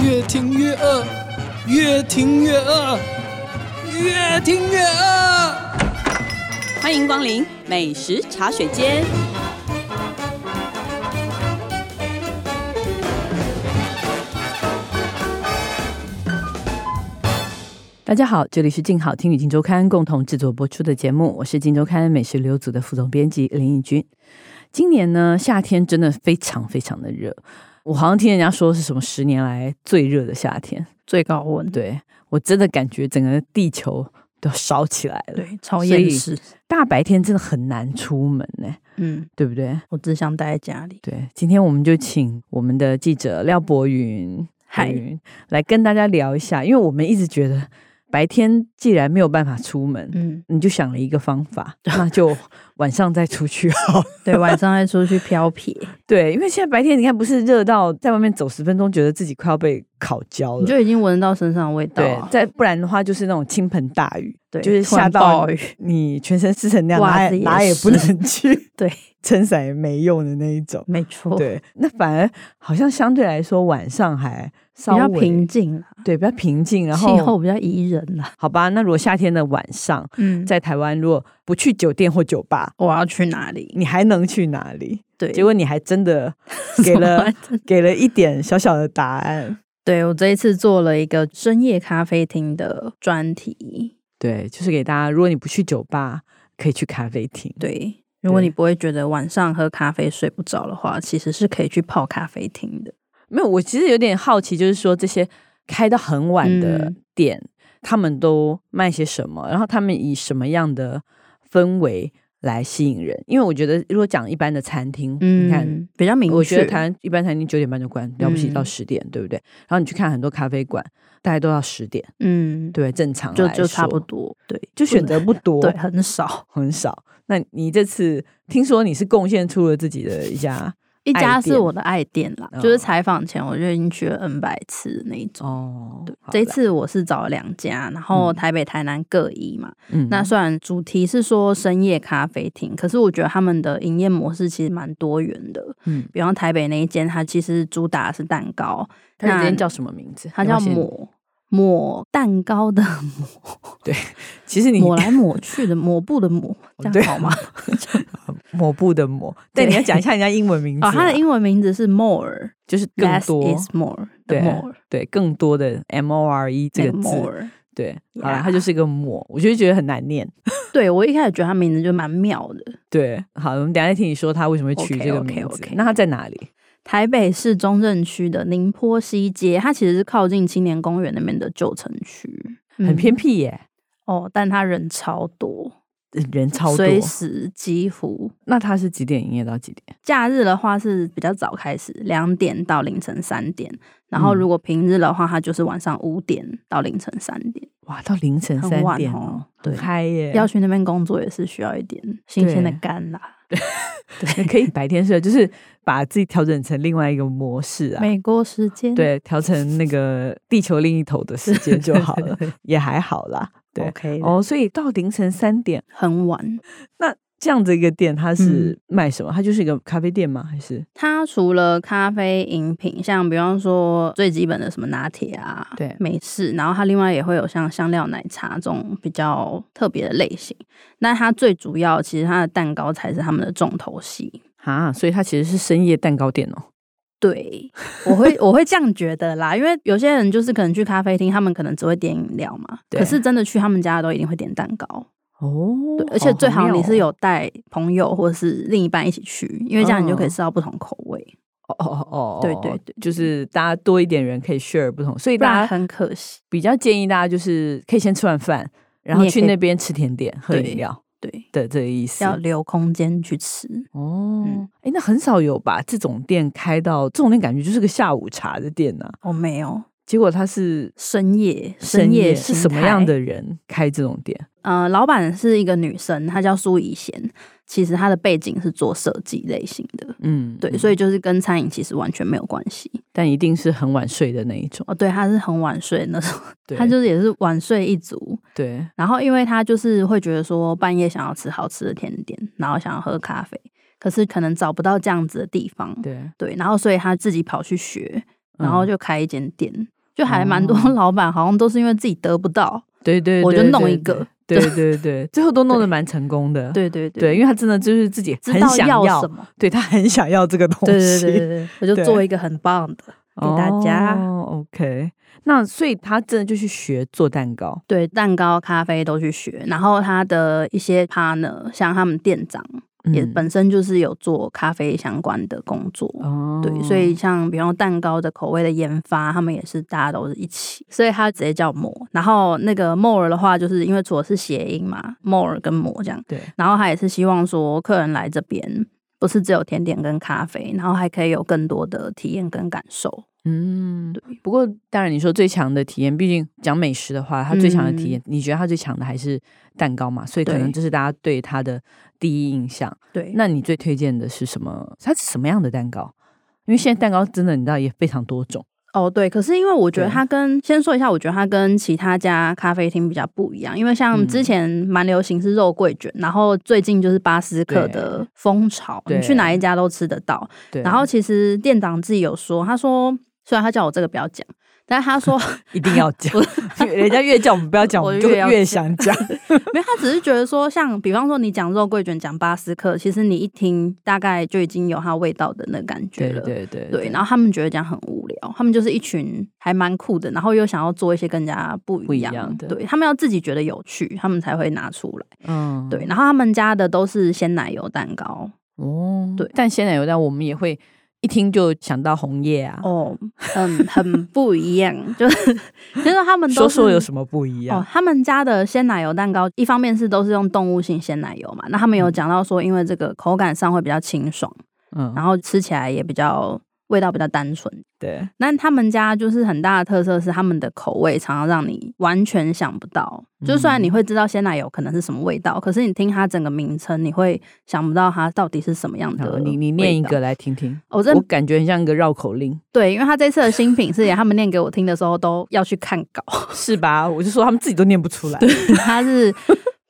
越听越饿，越听越饿，越听越饿。欢迎光临美食茶水间。大家好，这里是静好听与静周刊共同制作播出的节目，我是静周刊美食流组的副总编辑林义君。今年呢，夏天真的非常非常的热，我好像听人家说是什么十年来最热的夏天，最高温，对我真的感觉整个地球都烧起来了。对，超所以厌世。大白天真的很难出门呢、嗯，对不对？我只想待在家里。对，今天我们就请我们的记者廖博云，嗨博云来跟大家聊一下，因为我们一直觉得白天既然没有办法出门，嗯，你就想了一个方 法，那就晚上再出去好了。 对， 晚上再出去飘撇，对，因为现在白天你看不是热到在外面走十分钟，觉得自己快要被烤焦你了。就已经闻到身上的味道对啊，。再不然的话就是那种倾盆大雨，对就是突下然到暴雨你全身湿成那样，哪袜子也也哪也不能去， 对，哦撑伞也没用的那一种。没错，对，那反而好像相对来说晚上还稍比较微平，静啦，对，比较平静。然后气候比较宜人啦。好吧，那如果夏天的晚上 嗯，在台湾，如果不去酒店或酒吧，我要去哪里？你还能去哪里？对，结果你还真 的给了给了一点小小的答案。对我这一次做了一个深夜咖啡厅的专题。对，就是给大家，如果你不去酒吧，可以去咖啡厅。对，如果对你不会觉得晚上喝咖啡睡不着的话，其实是可以去泡咖啡厅的。没有，我其实有点好奇，就是说这些开到很晚的嗯店，他们都卖些什么，然后他们以什么样的氛围来吸引人？因为我觉得，如果讲一般的餐厅，你看。嗯，比较明确。我觉得台湾一般餐厅九点半就关，了不起嗯到十点，对不对？然后你去看很多咖啡馆，大概都要十点，嗯，对，正常就来就差说不，多，对，就不选能择不多，对，很少。很少。那你这次听说你是贡献出了自己的一家 一家爱是店我的爱店啦，哦就是采访前我就已经去了 N 百次那一种。哦 对，好这一啦次我是找了两家，然后嗯台北、台南各一嘛。嗯那虽然主题是说深夜咖啡厅，可是我觉得他们的营业模式其实蛮多元的。嗯，比方台北那一间，它其实主打的是蛋糕，他那那间叫什么名字？它要叫不要先抹抹蛋糕的其 实你哦抹来抹去的抹布的抹，这对 样好吗？抹布的抹，但 对你要讲一下人家英文名字哦，啦。它的英文名字是 More，就是更 Less 多， is more 对的 more 对更多的 M O R E 这个 and 字， more。对，好啦， Yeah 它就是个抹，我就觉得很难念。对我一开始觉得他名字就蛮妙的。对，好，我们等一下再听你说他为什么会取 OK，这个 OK，名字 OK。那它在哪里？台北市中正区的宁波西街，它其实是靠近青年公园那边的旧城区，很偏僻、僻耶，哦，但它人超多，人超多。随时几乎。那它是几点营业到几点？假日的话是比较早开始，两点到凌晨三点。然后嗯如果平日的话，它就是晚上五点到凌晨三点。哇，到凌晨很三晚点哦很对嗨耶！要去那边工作也是需要一点新鲜的对肝啦。 可以白天睡，就是把自己调整成另外一个模式啊。美国时间对，调成那个地球另一头的时间就好了，也还好啦。对 OK 的哦，所以到凌晨三点，很晚。那这样子一个店，它嗯是卖什么？它就是一个咖啡店吗？还是它除了咖啡饮品，像比方说最基本的什么拿铁啊，对美式，然后它另外也会有像香料奶茶这种比较特别的类型。那它最主要，其实它的蛋糕才是他们的重头戏。啊？所以它其实是深夜蛋糕店哦。对，我会我会这样觉得啦，因为有些人就是可能去咖啡厅，他们可能只会点饮料嘛，对可是真的去他们家都一定会点蛋糕。哦，对，而且最好妙你是哦有带朋友或是另一半一起去，因为这样你就可以嗯吃到不同口味，哦哦哦哦，对对对就是大家多一点人可以 share 不同，所以不然大家很可惜。比较建议大家就是可以先吃完饭，然后你也可去以那边吃甜点、喝对饮料对，的这个意思。要嗯留空间去吃。哦，哎、那很少有把这种店开到这种店，感觉就是个下午茶的店啊呐、哦，没有，结果它是深夜深夜是形什么样态？的人开这种店？呃，老板是一个女生，她叫苏以贤。其实她的背景是做设计类型的，嗯，对，嗯所以就是跟餐饮其实完全没有关系。但一定是很晚睡的那一种。哦，对，她是很晚睡那时候，对，她就是也是晚睡一族。对，然后，因为她就是会觉得说半夜想要吃好吃的甜点，然后想要喝咖啡，可是可能找不到这样子的地方，对，对，然后所以她自己跑去学，然后嗯就开一间店。就还蛮多哦老板好像都是因为自己得不到，对对，我就对弄对一个对对对对，最后都弄得蛮成功的。对对对，因为他真的就是自己知很道想什么，对他很想要这个东对对西，对对对，我就对做一个很棒的给大家。哦、OK，那所以他真的就去学做蛋糕。对，蛋糕、咖啡都去学，然后他的一些 partner，像他们店长也嗯本身就是有做咖啡相关的工作，哦，对，所以像比方说蛋糕的口味的研发，他们也是大家都是一起，所以他直接叫摩。然后那个 more 的话，就是因为除了是谐音嘛，more 跟摩这样，对然后他也是希望说客人来这边。不是只有甜点跟咖啡，然后还可以有更多的体验跟感受。嗯，不过当然你说最强的体验，毕竟讲美食的话，他最强的体嗯验，你觉得他最强的还是蛋糕嘛？所以可能对这是大家对他的第一印象。对，那你最推荐的是什么？它是什么样的蛋糕？因为现在蛋糕真的你知道也非常多种。哦，对，可是因为我觉得对它跟先说一下，我觉得它跟其他家咖啡厅比较不一样，因为像嗯之前蛮流行是肉桂卷，然后最近就是巴斯克的风潮，对你去哪一家都吃得到。对，然后其实店长自己有说，他说虽然他叫我这个不要讲，但是他说一定 要讲，人家越叫我们不要讲，我我们就越要越讲想讲。 没有，他只是觉得说，像比方说你讲肉桂卷，讲巴斯克，其实你一听大概就已经有它味道的那个感觉对了。对对对，然后他们觉得这样很无聊，他们就是一群还蛮酷的，然后又想要做一些更加不不一一样样的对他们要自己觉得有趣，他们才会拿出来。嗯，对，然后他们家的都是鲜奶油蛋糕哦，对但鲜奶油蛋我们也会一听就想到红叶啊。哦，很很不一样，就是就是他们都说说有是什么不一样？哦，他们家的鲜奶油蛋糕，一方面是都是用动物性鲜奶油嘛，那他们有讲到说，因为这个口感上会比较清爽，嗯，然后吃起来也比较味道比较单纯对，那他们家就是很大的特色是他们的口味常常让你完全想不到，就虽然嗯你会知道鲜奶油可能是什么味道，可是你听它整个名称，你会想不到它到底是什么样好的。哦你你念一个，来听听。我真我感觉很像一个绕口令，对，因为他这次的新品是连他们念给我听的时候都要去看稿，是吧？我就说他们自己都念不出来。它 是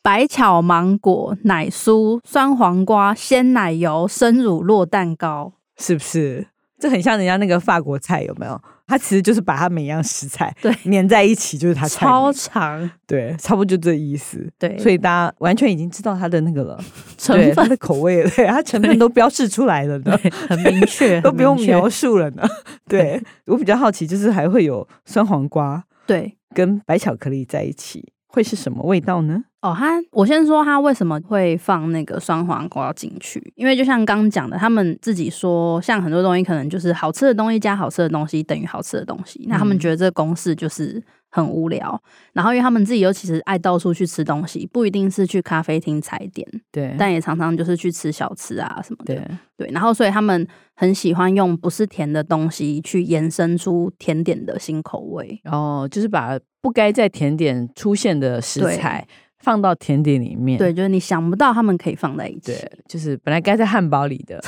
白巧芒果奶酥酸黄瓜鲜奶油生乳酪蛋糕。是不是？这很像人家那个法国菜，有没有？它其实就是把它每样食材对粘在一起，就是它菜名超长，对，差不多就这意思。对所以大家完全已经知道它的那 个了，成对它分的口味，对它成分都标示出来了 的。很明确，都不用很明确描述了呢。 对我比较好奇，就是还会有酸黄瓜对，跟白巧克力在一起，会是什么味道呢？哦，他我先说他为什么会放那个酸黄瓜进去，因为就像刚讲的，他们自己说，像很多东西可能就是好吃的东西加好吃的东西等于好吃的东西，那他们嗯觉得这个公式就是很无聊。然后因为他们自己又其实爱到处去吃东西，不一定是去咖啡厅踩点，对但也常常就是去吃小吃啊什么的。对，对，然后所以他们很喜欢用不是甜的东西去延伸出甜点的新口味。然后就是把不该在甜点出现的食材放到甜点里面。对，就是你想不到他们可以放在一起。对，就是本来该在汉堡里的，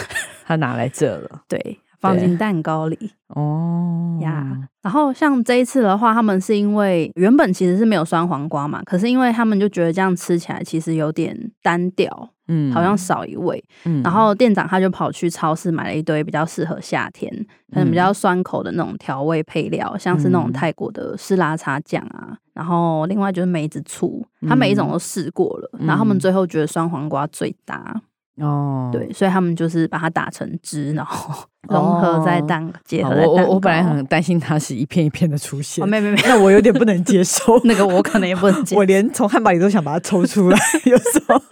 它拿来这了。对，放进蛋糕里哦呀。然后像这一次的话，他们是因为原本其实是没有酸黄瓜嘛，可是因为他们就觉得这样吃起来其实有点单调，嗯好像少一味。嗯然后店长他就跑去超市买了一堆比较适合夏天，可能比较酸口的那种调味配料，像是那种嗯泰国的湿拉茶酱啊，然后另外就是梅子醋，他每一种都试过了，然后他们嗯最后觉得酸黄瓜最搭，哦，对，所以他们就是把它打成汁，然 后融合在哦蛋，结好合在蛋我糕。我我本来很担心它是一片一片的出现哦，，没没没， 那我有点不能接受。。那个我可能也不能接我连从汉堡里都想把它抽出来，有时候。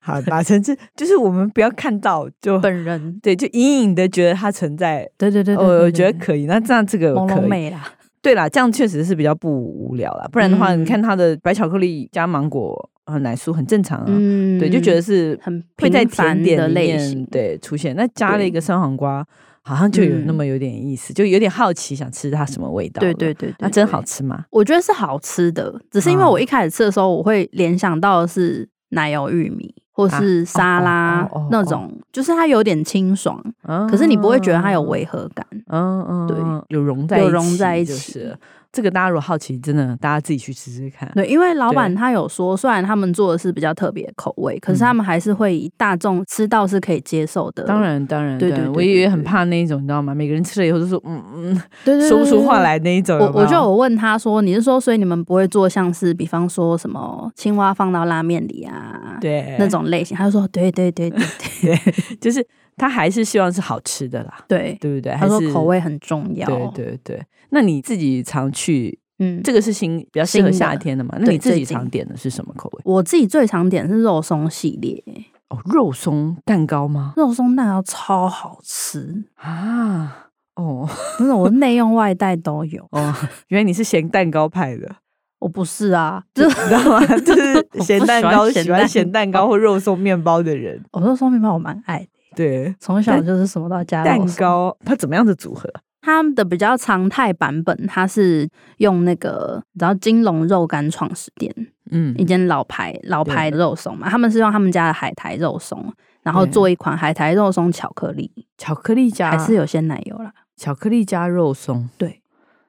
好吧，甚至就是我们不要看到就本人，哦对，就隐隐的觉得它存在。对对对我、对对我觉得对可以，那这样这个朦胧可以。美啦，对啦，这样确实是比较不无聊啦。不然的话，嗯你看它的白巧克力加芒果和奶酥很正常啊。嗯，对，就觉得是很会在平凡甜点的里类面型，对出现。那加了对一个酸黄瓜，好像就有那嗯么有点意思，就有点好奇想吃它什么味道。对对，对，那对真对好吃吗？我觉得是好吃的，只是因为啊我一开始吃的时候，我会联想到的是奶油玉米或是沙啊拉哦哦哦哦那种，就是它有点清爽，可可是你不会觉得它有违和感。嗯嗯嗯，对嗯有融在有融在一就起是了这个大家如果好奇，真的大家自己去吃吃看。对，因为老板他有说，虽然他们做的是比较特别的口味，可是他们还是会以大众吃到是可以接受的。嗯当，然，当然，对当然对对我也对很对怕那一种，你知道吗？每个人吃了以后都说，嗯嗯，对对对说不出话。对对来那一种。我有没我就有有问他说，你是说，所以你们不会做像是，比方说什么青蛙放到拉面里啊，对那种类型？他就说，对对对 对就是他还是希望是好吃的啦，对对不对，对？他说还是口味很重要。对对对。那你自己常去，嗯，这个是新比较适合新的夏天的嘛？那对你自己最近常点的是什么口味？我自己最常点是肉松系列，哦，肉松蛋糕吗？肉松蛋糕超好吃，啊，哦 真的，我内用外带都有。哦，原来你是咸蛋糕派的， 我不是啊，就是你知道 吗？就是不咸蛋喜欢糕，咸喜欢蛋咸蛋糕糕或肉松面包的人，我哦肉松面包我蛮爱的，对。从小就是什么都要加蛋肉松。糕它怎么样的组合？啊他们的比较常态版本，它是用那个你知道金龙肉干创始店嗯一间老牌老牌肉松嘛，他们是用他们家的海苔肉松，然后对做一款海苔肉松巧克力，巧克力加还是有鲜奶油啦。巧克力加肉松，对，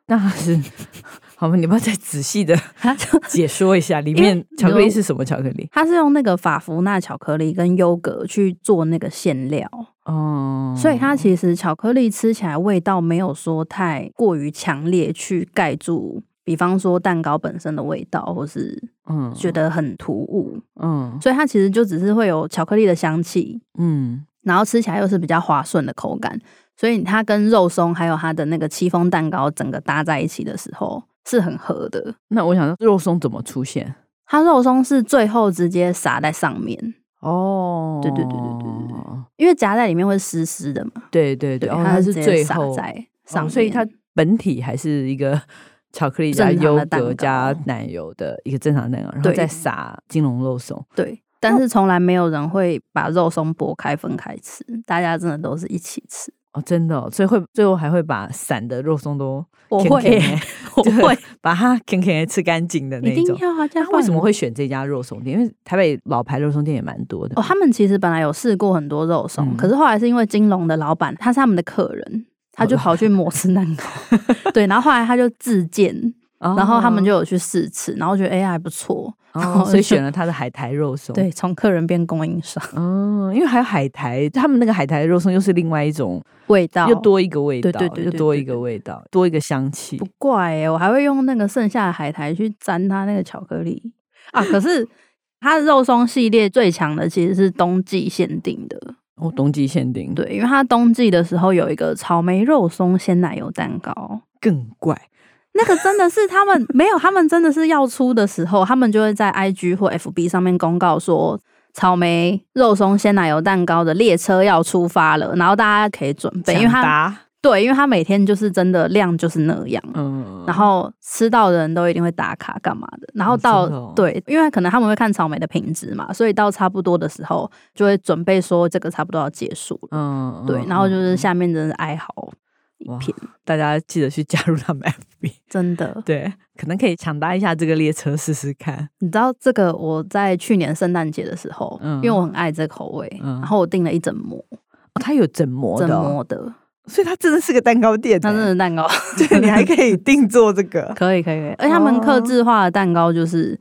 那它是 好吗？你要不要再仔细的它就解说一下里因为面巧克力有是什么巧克力？它是用那个法芙娜巧克力跟优格去做那个馅料，哦，所以它其实巧克力吃起来味道没有说太过于强烈去盖住，比方说蛋糕本身的味道，或是嗯觉得很突兀，嗯所以它其实就只是会有巧克力的香气，嗯然后吃起来又是比较滑顺的口感，所以它跟肉松还有它的那个戚风蛋糕整个搭在一起的时候是很合的。那我想说肉松怎么出现？它肉松是最后直接撒在上面，哦，对对对对因为夹在里面会湿湿的嘛，对对对对，哦，它它是直接最撒后在哦上面，所以它本体还是一个 巧克力加正常优的蛋格加糕奶油的一个正常的蛋糕，然后对再撒金龙肉松。对，但是从来没有人会把肉松剥开分开吃，大家真的都是一起吃。哦，真的、哦，所以会最后还会把散的肉松都我啃会啃耶欸，我就是会，把它啃啃欸吃干净的那一一定种。要啊！这那样为什么会？会选这家肉松店？因为台北老牌肉松店也蛮多的哦，他们其实本来有试过很多肉松，嗯可是后来是因为金龙的老板他是他们的客人，他哦就跑去抹吃蛋糕， 对，然后后来他就自荐，哦然后他们就有去试吃，然后觉得哎、还不错，哦 然后所以就选了它的海苔肉松。，对，从客人变供应商，嗯，因为还有海苔，他们那个海苔肉松又是另外一种，味道又多一个味道，对对对又对多对一个对味道，多一个香气不。怪欸耶、我还会用那个剩下的海苔去沾它那个巧克力啊。可是它的肉松系列最强的其实是冬季限定的，哦，冬季限定，，对，因为它冬季的时候有一个草莓肉松鲜奶油蛋糕，更怪。那个真的是他们没有，他们真的是要出的时候，他们就会在 IG 或 FB 上面公告说。草莓肉松鲜奶油蛋糕的列车要出发了，然后大家可以准备，因为抢它答对，因为它每天就是真的量就是那样，嗯，然后吃到的人都一定会打卡干嘛的，然后哦到、真的哦对，因为可能他们会看草莓的品质嘛，所以到差不多的时候就会准备说这个差不多要结束了，嗯，对，嗯然后就嗯是下面真的是哀嚎一哇片，大家记得去加入他们 FB，真的，对，可能可以抢答一下这个列车试试看。你知道这个我在去年圣诞节的时候，嗯因为我很爱这口味，嗯然后我订了一整模哦，它有整模整的哦、模的，所以它真的是个蛋糕店、欸它真 的蛋糕对你还可以定做这 个。可以可以可以，而且他们哦克制化的蛋糕就是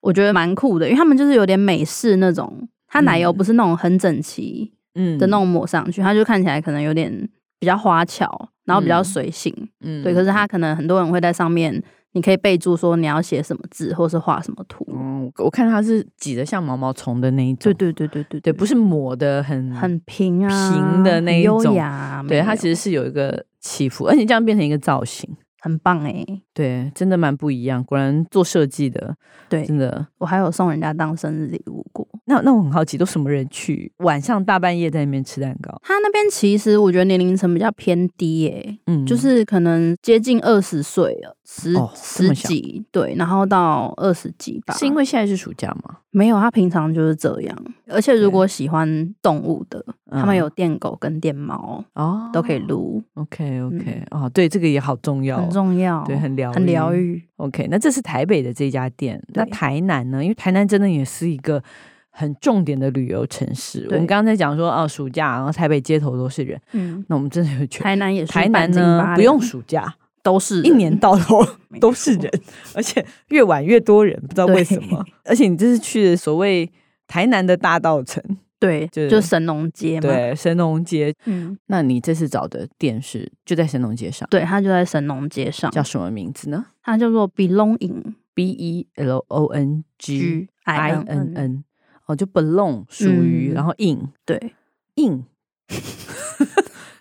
我觉得蛮酷的，因为他们就是有点美式那种，它奶油嗯不是那种很整齐。嗯的那，种抹上去，它就看起来可能有点比较花巧，然后比较嗯随性。嗯对，可是它可能很多人会在上面，你可以备注说你要写什么字，或是画什么图。嗯，我看它是挤得像毛毛虫的那一种，对对对对对对，不是抹的很很平啊，平的那一很种优雅啊、对，它其实实是有一个起伏，而且这样变成一个造型，很棒哎、对，真的蛮不一样。果然做设计的，对真的。我还有送人家当生日礼物过。那那我很好奇，都什么人去晚上大半夜在那边吃蛋糕？他那边其实我觉得年龄层比较偏低耶、嗯，就是可能接近二十岁了，十、哦这十么小几对，然后到二十几吧。是因为现在是暑假嘛，没有，他平常就是这样。而且如果喜欢动物的，他嗯们有电狗跟电猫、哦，都可以撸， OK OK，、哦，对，这个也好重要哦，很重要，对，很疗很疗。愈。 OK，那这是台北的这家店，那对台南呢？因为台南真的也是一个很重点的旅游城市。我们对刚刚在讲说，哦，暑假，然后台北街头都是人，嗯，那我们真的有觉得台南也是，台南呢不用暑假，都是 一年到头没都是错人，而且越晚越多人，不知道对为什么。而且你这是去所谓台南的大道城，对，就是就神农街嘛，对，神农街，嗯，那你这次找的店是就在神农街上，对，它就在神农街上，叫什么名字呢它叫做 Belonging ？B E L O N G G I N N N， N，哦，就 belong 属于，嗯然后 in 对 in，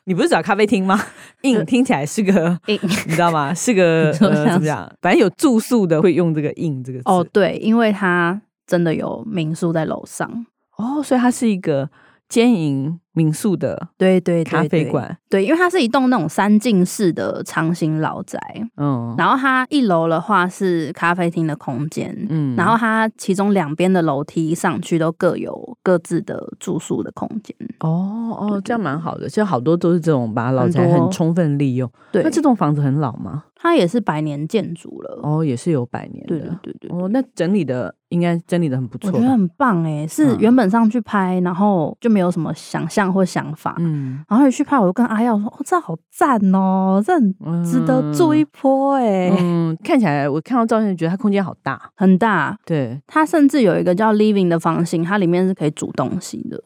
你不是找咖啡 厅吗？in 听起来是个。 ，in 你知道吗？是个就呃，像怎么是讲？反正有住宿的会用这个 “in” 这个字哦，对，因为它真的有民宿在楼上，哦，所以它是一个兼营民宿的对对咖对啡对馆，对，因为它是一栋那种三进式的长型老宅，嗯然后它一楼的话是咖啡厅的空间，嗯然后它其中两边的楼梯上去都各有各自的住宿的空间。哦哦，这样蛮好的。其实好多都是这种把老很宅很多充分利用。对，那这栋房子很老吗？它也是百年建筑了。哦，也是有百年对对的。对对，哦，那整理的应该整理的很不我错吧。觉得很棒哎、是嗯原本上去拍，然后就没有什么想象或想法。嗯，然后一去拍，我就跟阿耀说：“哦，这好赞哦，这很嗯值得住一。波哎、嗯，看起来我看到照片觉得它空间好大。很大。对，它甚至有一个叫 Living 的房型，它里面是可以煮东西的。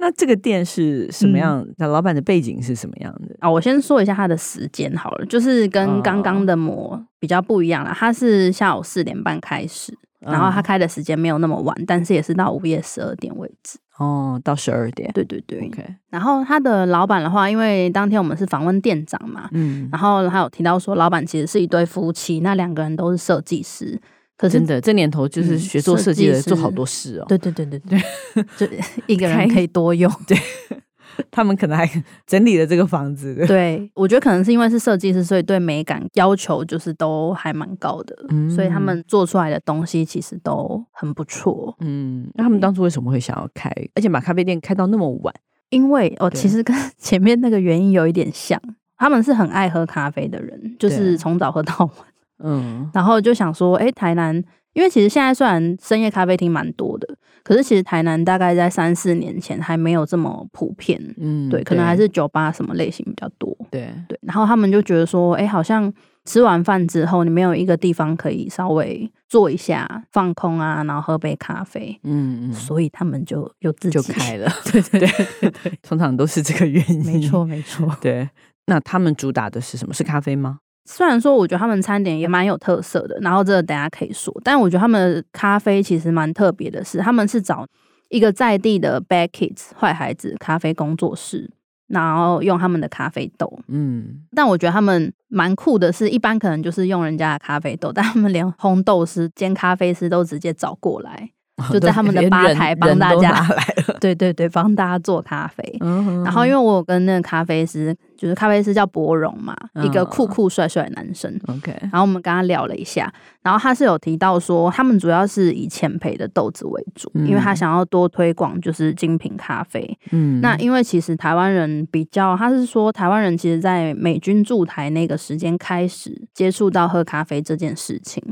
那这个店是什么嗯样？那、老板的背景是什么样的？啊，我先说一下它的时间好了，就是嗯跟刚刚的膜比较不一样啦，它是下午四点半开始，然嗯后它开的时间没有那么晚，但是也是到午夜十二点为止。哦，到十二点。对对对。 OK，然后它的老板的话，因为当天我们是访问店长嘛，嗯，然后还有提到说，老板其实是一对夫妻，那两个人都是设计师，可是真。的，这年头就是嗯学做设设计计的人做师好多事哦。对对对对 对，就一个开人可以多用。他们可能还 整理了这个房子。对对，我觉得可能是因为是设计师，所以对美感要求就是都还蛮高的，嗯所以他们做出来的东西其实都很不错。嗯，那他们当初为什么会想要开，而且把咖啡店开到那么晚？因为哦，对其实跟 前面那个原因有一点像，他们是很爱喝咖啡的人，就对是从早喝到晚，嗯然后就想说，哎，台南。因为其实现在虽然深夜咖啡厅蛮多的，可是其实台南大概在三四年前还没有这么普遍，嗯对，可能还是酒吧什么类型比较多。对。对，然后他们就觉得说，哎，好像吃完饭之后，你没有一个地方可以稍微坐一下、放空啊，然后喝杯咖啡，嗯嗯，所以他们就又自己就开了。了。 对 对对对，通常都是这个原因。没错，，没错。对。那他们主打的是什么？是咖啡吗？虽然说我觉得他们餐点也蛮有特色的，然后这个等一下可以说，但我觉得他们的咖啡其实蛮特别的是，他们是找一个在地的 Bad Kids 坏孩子咖啡工作室，然后用他们的咖啡豆，嗯，但我觉得他们蛮酷的是，一般可能就是用人家的咖啡豆，但他们连烘豆师、煎咖啡师都直接找过来。 就在他们的哦连吧人台帮人大都家拿来了。对对对，帮大家做咖啡。嗯 然后因为我有跟那个咖啡师，就是咖啡师叫博荣嘛，嗯一个酷酷帅帅的男生。 OK，然后我们跟他聊了一下，然后他是有提到说，他们主要是以浅焙的豆子为主，因为他嗯想要多推广就是精品咖啡。嗯那因为其实台湾人比较，他是说台湾人其实，在美军驻台那个时间开始接触到喝咖啡这件事情，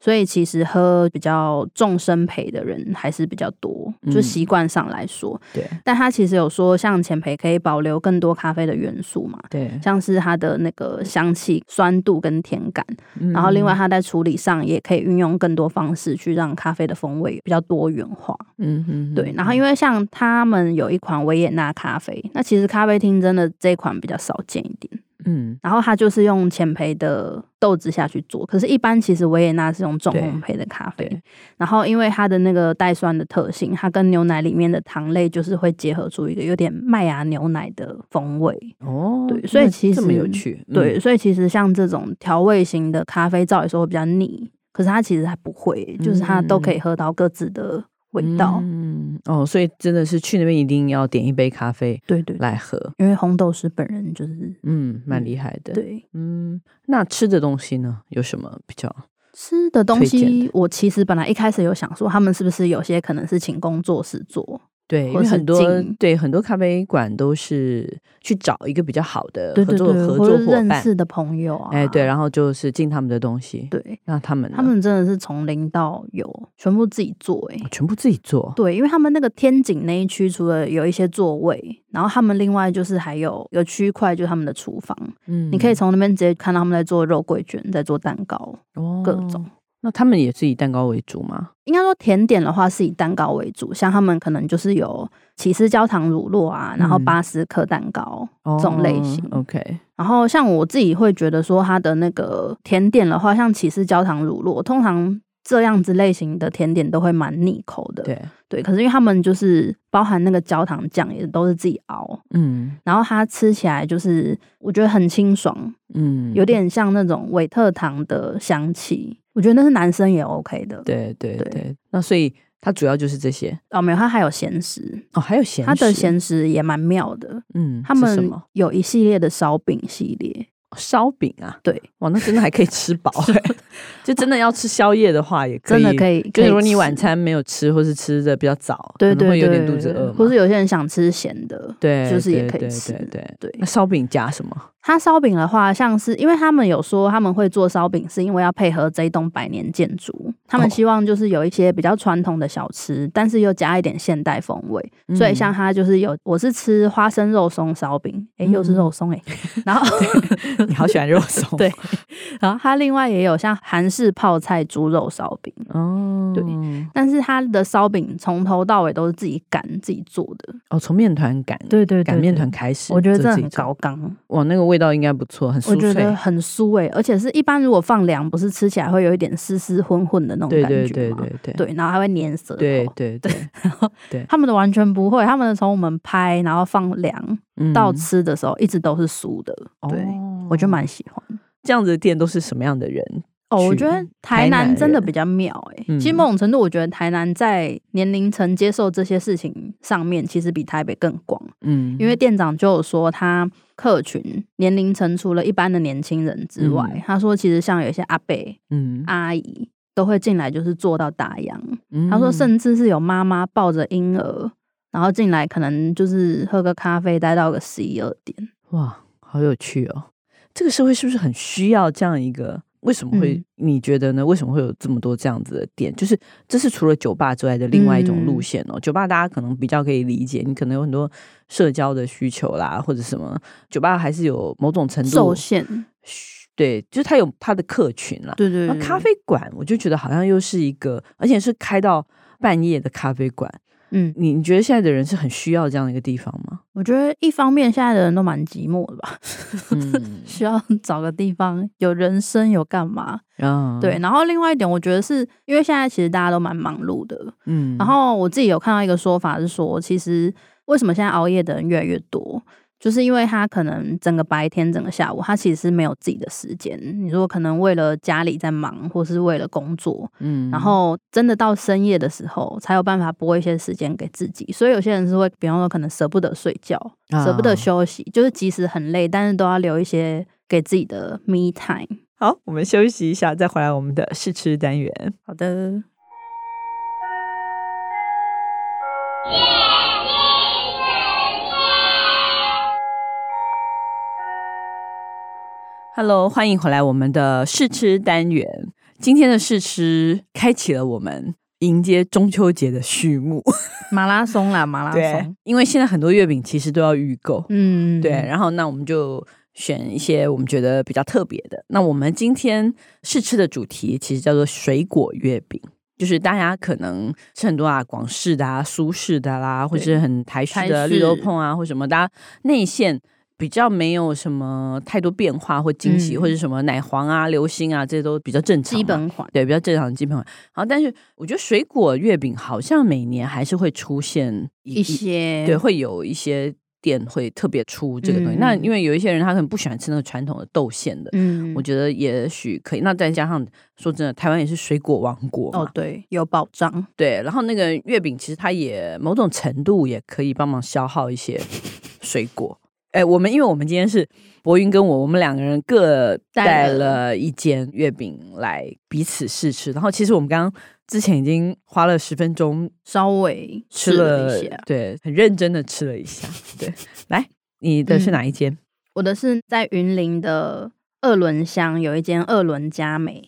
所以其实喝比较重生培的人还是比较多，就嗯习惯上来说。对但他其实有说，像浅培可以保留更多咖啡的元素嘛，对，像是它的那个香气、酸度跟甜感，嗯然后另外它在处理上也可以运用更多方式去让咖啡的风味比较多元化。嗯嗯对，然后因为像他们有一款维也纳咖啡，那其实咖啡厅真的这一款比较少见一点。嗯然后它就是用浅焙的豆子下去做，可是，一般其实维也纳是用重对烘焙的咖啡对。然后，因为它的那个带酸的特性，它跟牛奶里面的糖类就是会结合出一个有点麦芽牛奶的风味。哦，对所以那其这么有实趣，嗯对，，所以其实像这种调味型的咖啡，照理说会比较腻，可是它其实它不会，就是它都可以喝到各自的味道。嗯哦，所以真的是去那边一定要点一杯咖啡对对对来喝，因为红豆师本人就是嗯，蛮嗯厉害的。，对嗯，那吃的东西呢，有什么比较？吃的东推荐西，我其实本来一开始有想说，他们是不是有些可能是请工作室做，对，因或为是很多进对很多咖啡馆都是去找一个比较好的对合对作对，合或作是伙认伴，识的朋友啊，哎，对，然后就是进他们的东西，对那他们呢他们真的是从零到有，全部自己做、欸，哎哦。全部自己做，对，因为他们那个天井那一区，除了有一些座位，然后他们另外就是还有一个区块，就是他们的厨房，嗯你可以从那边直接看到他们在做肉桂卷，在做蛋糕，各哦种。那他们也是以蛋糕为主吗？应该说甜点的话是以蛋糕为主，像他们可能就是有起司焦糖乳酪啊，然后嗯巴斯克蛋糕、这种类型。哦，OK，然后像我自己会觉得说，它的那个甜点的话，像起司焦糖乳酪，通常这样子类型的甜点都会蛮腻口的。对，对，可是因为他们就是包含那个焦糖酱也都是自己熬，嗯然后它吃起来就是我觉得很清爽，嗯，有点像那种韦特糖的香气。我觉得那是男生也 OK 的。对对对对，那所以它主要就是这些哦，没有，它还有咸食，哦，还有咸，它的，咸食也蛮妙的。嗯，他是什们么有一系列的烧饼系列，烧饼啊？对，哇，那真的还可以吃 饱欸、就真的要吃宵夜的话，也可真以的可以。就可以是如果你吃晚餐没有吃，或是吃的比较早，对可能对会有对，点肚子饿嘛，或是有些人想吃咸的，对，就是也对可以对吃对对对那烧饼加什么？它烧饼的话，像是因为他们有说他们会做烧饼，是因为要配合这一栋百年建筑，他们哦希望就是有一些比较传统的小吃，但是又加一点现代风味。嗯所以像它就是有，我是吃花生肉松烧饼，诶，又是肉嗯松诶， 然后你好喜欢肉松，对然后它另外也有像韩式泡菜猪肉烧饼，哦，对但是它的烧饼从头到尾都是自己擀自己做的，哦，从面团擀，对对擀面团，开始，我觉得就这自己很做高，纲。哇，那个味道应该不错，很酥我觉得脆，很酥诶、而且是一般如果放凉，不是吃起来会有一点湿湿昏昏的那种对感觉对吗？对对对对然后还会粘舌头。对对对，他们的完全不会，他们的从我们拍然后放凉嗯到吃的时候，一直都是酥的。对，哦我就蛮喜欢。这样子的店都是什么样的人？哦，我去觉得台台南南真的人比较妙诶、嗯其实某种程度，我觉得台南在年龄层接受这些事情上面，其实比台北更广。嗯，因为店长就有说，他客群年龄层除了一般的年轻人之外，嗯他说其实像有一些阿伯、嗯，阿姨都会进来，就是做到打烊。嗯他说，甚至是有妈妈抱着婴儿，然后进来，可能就是喝个咖啡，待到个十一二点。哇，好有趣哦！这个社会是不是很需要这样一个？为什么会、嗯你觉得呢？为什么会有这么多这样子的店？就是这是除了酒吧之外的另外一种路嗯线哦。酒吧大家可能比较可以理解，你可能有很多社交的需求啦，或者什么。酒吧还是有某种程受度，限，对，就是它有它的客群啦。对对然对后咖啡馆，我就觉得好像又是一个，而且是开到半夜的咖啡馆。嗯，你你觉得现在的人是很需要这样的一个地方吗？我觉得一方面现在的人都蛮寂寞的吧， 嗯需 要找个地方有人生有干嘛。啊，对，，然后另外一点，我觉得是因为现在其实大家都蛮忙碌的，嗯然后我自己有看到一个说法是说，其实为什么现在熬夜的人越来越多，就是因为他可能整个白天、整个下午，他其实是没有自己的时间。你说可能为了家里在忙，或是为了工作，嗯然后真的到深夜的时候才有办法拨一些时间给自己。所以有些人是会，比方说可能舍不得睡觉，舍不啊得休息，就是即使很累，但是都要留一些给自己的 me time。好，我们休息一下，再回来我们的试吃单元。好的， Hello，欢迎回来我们的试吃单元。今天的试吃开启了我们迎接中秋节的序幕。马拉松啦，马拉松，，因为现在很多月饼其实都要预购，嗯，对。然后那我们就选一些我们觉得比较特别的。那我们今天试吃的主题其实叫做水果月饼。就是大家可能吃很多啊，广式的啊、苏式的啦，或是很台式的台啊式绿豆碰啊，或什么，大家内馅比较没有什么太多变化或惊喜，嗯或者什么奶黄啊、流心啊，这些都比较正常嘛，基本款。对比较正常的基本款。然后，但是我觉得水果月饼好像每年还是会出现一一些对，会有一些店会特别出这个东西。嗯那因为有一些人他可能不喜欢吃那个传统的豆馅的，嗯我觉得也许可以。那再加上说真的，台湾也是水果王国嘛哦，对，有保障，对。然后那个月饼其实它也某种程度也可以帮忙消耗一 些水果。哎，我们因为我们今天是博云跟我，我们两个人各带带了了一间月饼来彼此试吃。然后其实我们刚刚之前已经花了十分钟稍微吃试了了，一下。对，很认真的吃了一下。对，来，你的是嗯哪一间？我的是在云林的二轮乡有一间二轮佳美，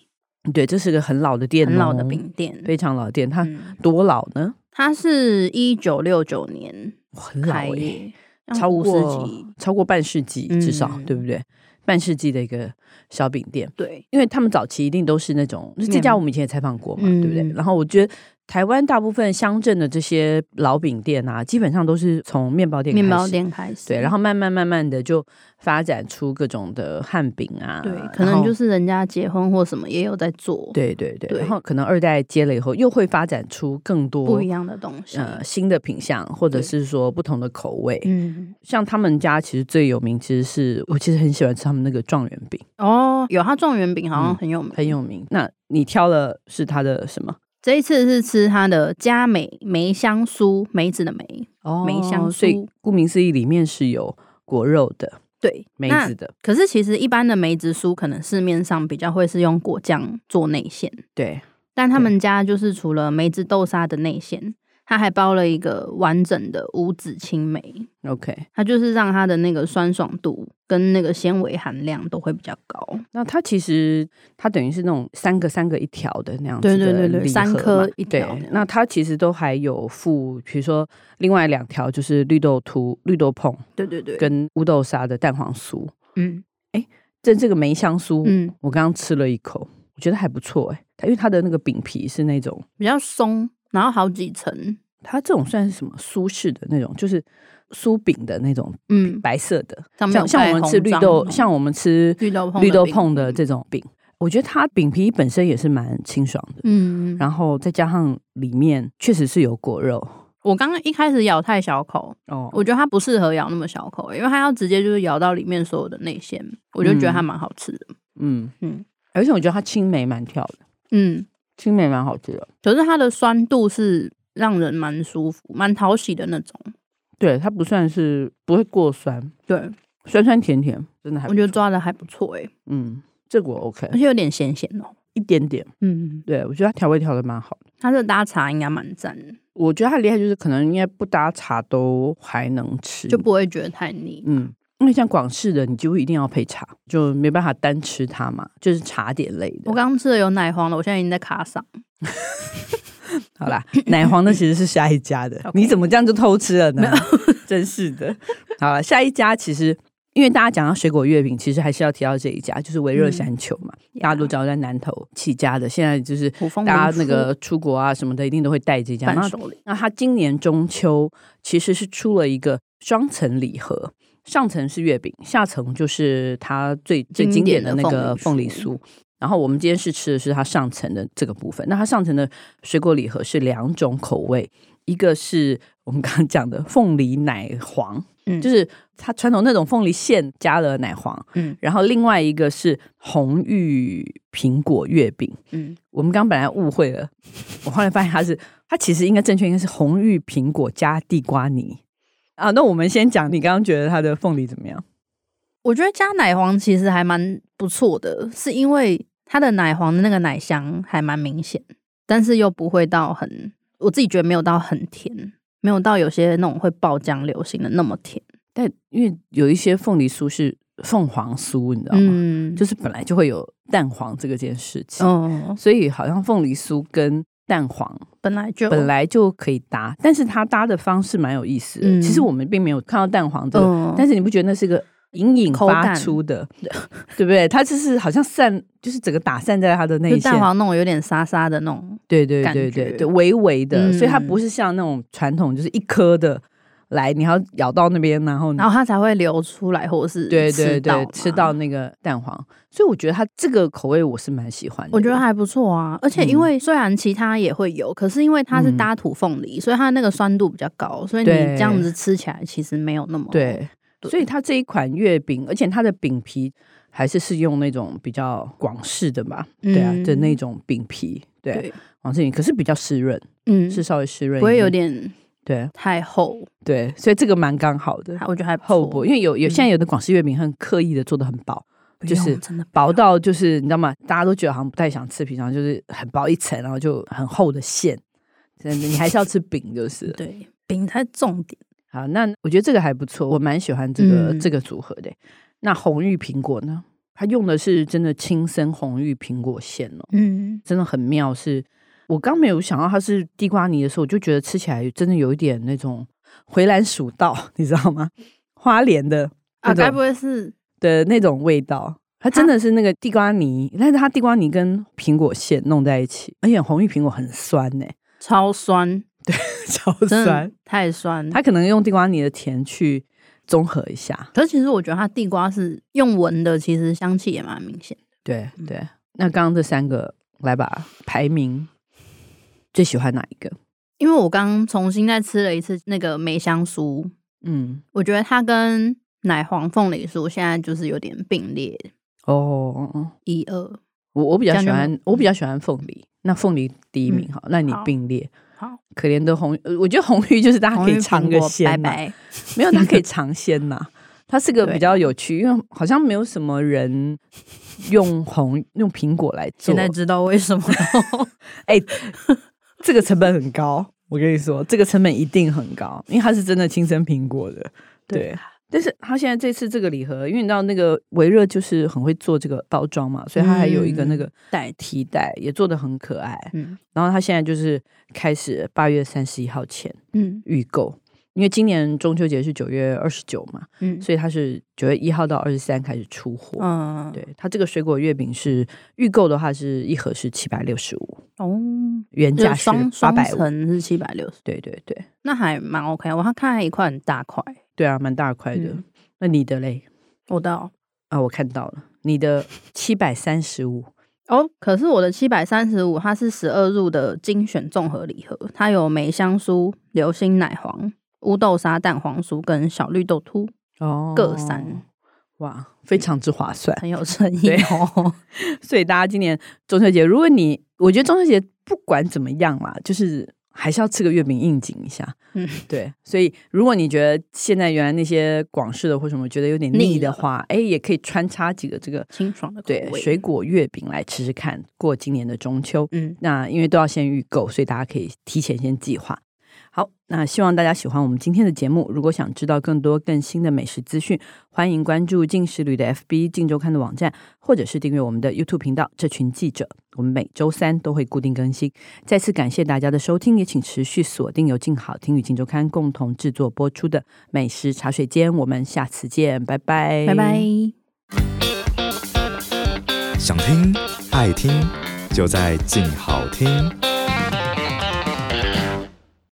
对，这是个很老的店、哦，很老的饼，店。非常老的店。它嗯，多老呢？它是一九六九年哇很老开诶、 业，像超五十过几，超过半世纪至少，嗯对不对？半世纪的一个小饼店。对，因为他们早期一定都是那种，这面家我们以前也采访过嘛，嗯对不对？然后我觉得台湾大部分乡镇的这些老饼店啊，基本上都是从面包店开始，面包店开始，对，然后后慢慢慢慢的就发展出各种的汉饼啊，对，可能然后就是人家结婚或什么也有在做，，对对对，对然后可能二代接了以后，又会发展出更多不一样的东西，呃新的品相，或者对是说不同的口味。嗯，像他们家其实最有名，其实是我其实很喜欢吃他们那个状元饼，哦，有它状元饼好嗯像很有名，很有名。那你挑了是他的什么？这一次是吃它的佳美梅香酥，梅子的梅，哦梅香酥所以顾名思义，里面是有果肉的、对，梅那子的，可是其实一般的梅子酥，可能市面上比较会是用果酱做内馅，对，但他们家就是除了梅子豆沙的内馅，它还包了一个完整的无籽青梅， OK，它就是让它的那个酸爽度跟那个纤维含量都会比较高。那它其实它等于是那种三个三个一条的那样子对对的对对礼盒三嘛颗一条那对样，那它其实都还有附，比如说另外两条就是绿豆涂、绿豆碰对对对，跟乌豆沙的蛋黄酥。嗯这这个梅香酥，嗯，我刚刚吃了一口，我觉得还不错哎、它因为它的那个饼皮是那种，比较松，然后好几层，它这种算是什么苏式的那种，就是酥饼的那种嗯，白色的，上面像有像盖我们红吃绿章豆，红像我们吃绿豆碰绿的豆饼嗯碰的这种饼，我觉得它饼皮本身也是蛮清爽的，嗯，然后再加上里面确实是有果肉我刚刚一开始咬太小口，哦我觉得它不适合咬那么小口，欸因为它要直接就是咬到里面所有的内馅，我就觉得它蛮好吃的。嗯嗯嗯，而且我觉得它青梅蛮跳的，嗯，青梅蛮好吃的，可是它的酸度是让人蛮舒服、蛮讨喜的那种。对，它不算是不会过酸，对，酸酸甜甜，真的还我觉得抓的还不错哎、嗯，这个我 OK 而且有点咸咸哦。一点点，嗯，对我觉得它调味调的蛮好的。它这搭茶应该蛮赞的，我觉得它厉害就是可能应该不搭茶都还能吃，就不会觉得太腻。嗯，因为像广式的，你几乎一定要配茶，就没办法单吃它嘛，就是茶点类的。我刚刚吃的有奶黄了，我现在已经在卡上。好啦，奶黄的其实是下一家的，你怎么这样就偷吃了呢？ 真是的。好了，下一家其实因为大家讲到水果月饼，其实还是要提到这一家，就是微热山丘嘛，嗯大家都知道在南投起家的，现在就是虎峰大家民那宿个出国啊什么的，一定都会带这家。伴那手礼，那它今年中秋其实是出了一个双层礼盒，上层是月饼，下层就是它最最经经典典的的那个凤凤梨梨酥。然后我们今天是吃的是它上层的这个部分。那它上层的水果礼盒是两种口味，一个是我们刚刚讲的凤梨奶黄，嗯就是它传统那种凤梨馅加了奶黄，嗯然后另外一个是红玉苹果月饼。嗯，我们刚刚本来误会了，我后来发现它是它其实应该正确应该是红玉苹果加地瓜泥啊。那我们先讲你刚刚觉得它的凤梨怎么样？我觉得加奶黄其实还蛮不错的，是因为它的奶黄的那个奶香还蛮明显，但是又不会到很，我自己觉得没有到很甜，没有到有些那种会爆浆流行的那么甜。但因为有一些凤梨酥是凤凰酥，你知道吗？嗯，就是本来就会有蛋黄这个件事情，哦，所以好像凤梨酥跟蛋黄本来就本来就可以搭，但是它搭的方式蛮有意思的。嗯其实我们并没有看到蛋黄这个，嗯但是你不觉得那是个隐隐发出的， 对不对？它就是好像散，就是整个打散在它的内就馅蛋，黄那种有点沙沙的那种，对对感对觉对对，微微的，嗯所以它不是像那种传统就是一颗的来，你要咬到那边，然后你然后它才会流出来，或者是嗯对对对嘛，吃到那个蛋黄，所以我觉得它这个口味我是蛮喜欢的。我觉得还不错啊，而且因为虽然其他也会有，可是因为它是嗯搭土凤梨，所以它那个酸度比较高，所以你对这样子吃起来其实没有那么对，对所以它这一款月饼，而且它的饼皮还是是用那种比较广式的吧，对啊的嗯那种饼皮，对对，广式饼可是比较湿润，嗯，是稍微湿润一，不会有点对太厚，对，所以这个蛮刚好的还。我觉得还不厚错薄，因为有有嗯现在有的广式月饼很刻意的做的很薄，不就是用真的薄到就是你知道吗？大家都觉得好像不太想吃皮，然后就是很薄一层，然后就很厚的馅。真的，你还是要吃饼就是了。对饼才重点。好，那我觉得这个还不错，我蛮喜欢这个、嗯这个组合的。那红玉苹果呢？它用的是真的亲生红玉苹果馅哦，嗯，真的很妙是。我刚没有想到它是地瓜泥的时候，我就觉得吃起来真的有一点那种回蓝蜀道， 你知道吗？花莲的啊，那种该不会是的那种味道。它真的是那个地瓜泥，但是它地瓜泥跟苹果馅弄在一起，而且红玉苹果很酸呢、 超酸？超真酸的。太酸。它可能用地瓜泥的甜去综合一下。可是其实我觉得它地瓜是用闻的，其实香气也蛮明显。对嗯对，那刚刚这三个来吧，排名最喜欢哪一个？因为我刚重新再吃了一次那个梅香酥，嗯，我觉得它跟奶黄凤梨酥现在就是有点并列哦，一二。我我比较这样喜就欢好，我比较喜欢凤梨。那凤梨第一名嗯好，那你好并列。好，可怜的红，呃我觉得红玉就是大家红可以玉尝苹个果鲜、拜啊，拜。没有，它 可以尝鲜呐。它是个对比较有趣，因为好像没有什么人用红用苹果来做现，在知道为什么了这个成本很高。我跟你说，这个成本一定很高，因为它是真的亲生苹果的。 对，但是它现在这次这个礼盒，因为你知道那个维热就是很会做这个包装嘛，所以它还有一嗯个那个代替。提袋、也做的很可爱。嗯然后它现在就是开始八月三十一号前嗯预购，因为今年中秋节是九月二十九嘛，嗯所以它是九月一号到二十三开始出货。嗯，对，它这个水果月饼是预购的话，是一盒是七百六十五，哦，原嗯就价是双八双百五。层是七百六十，对对对，那还蛮 OK。我还啊看还一块很大块，对啊，蛮大块的。嗯那你的嘞？我的哦啊，我看到了，你的七百三十五。哦，可是我的七百三十五，它是十二入的精选综合礼盒，它有梅香酥、流心奶黄、乌豆沙蛋黄酥跟小绿豆酥，哦各三，哇，非常之划 算。很有诚意对哦。 所以大家今年中秋节，如果你我觉得中秋节不管怎么样啦，就是还是要吃个月饼应景一下。嗯，对。所以如果你觉得现在原来那些广式的或什么觉得有点腻腻的了话，哎，也可以穿插几个这个清爽的口对味水果月饼来吃吃看，过今年的中秋。嗯，那因为都要先预购，所以大家可以提前先计划。好，那希望大家喜欢我们今天的节目。如果想知道更多更新的美食资讯，欢迎关注进食旅的 FB、进周刊的网站，或者是订阅我们的 YouTube 频道。这群记者，我们每周三都会固定更新。再次感谢大家的收听，也请持续锁定由静好听与静周刊共同制作播出的《美食茶水间》。我们下次见，拜拜，拜拜。。想听爱听，就在静好听。